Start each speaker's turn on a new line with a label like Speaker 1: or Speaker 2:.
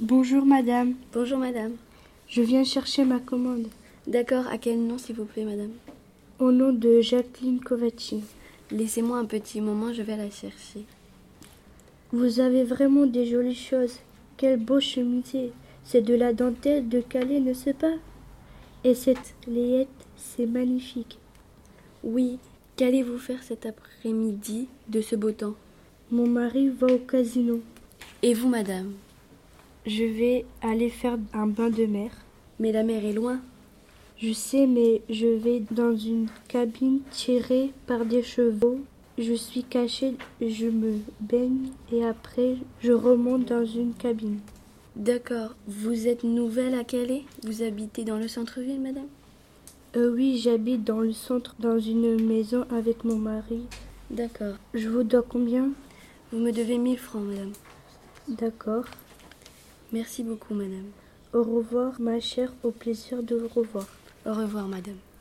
Speaker 1: Bonjour madame,
Speaker 2: Bonjour madame.
Speaker 1: je viens chercher ma commande
Speaker 2: D'accord, à quel nom s'il vous plaît madame
Speaker 1: au nom de Jacqueline Kovaci.
Speaker 2: Laissez-moi un petit moment, je vais la chercher.
Speaker 1: Vous avez vraiment des jolies choses. Quel beau chemisier. C'est de la dentelle de Calais, ne ce pas Et cette layette, c'est magnifique.
Speaker 2: Oui, qu'allez-vous faire cet après-midi de ce beau temps
Speaker 1: Mon mari va au casino.
Speaker 2: Et vous madame
Speaker 1: Je vais aller faire un bain de mer.
Speaker 2: Mais la mer est loin.
Speaker 1: Je sais, mais je vais dans une cabine tirée par des chevaux. Je suis caché, je me baigne et après je remonte dans une cabine.
Speaker 2: D'accord, vous êtes nouvelle à Calais Vous habitez dans le centre-ville madame
Speaker 1: Euh, oui, j'habite dans le centre, dans une maison avec mon mari.
Speaker 2: D'accord,
Speaker 1: Je vous dois combien
Speaker 2: vous me devez 1000 francs madame.
Speaker 1: D'accord.
Speaker 2: Merci beaucoup madame.
Speaker 1: Au revoir, ma chère, au plaisir de vous revoir.
Speaker 2: Au revoir madame.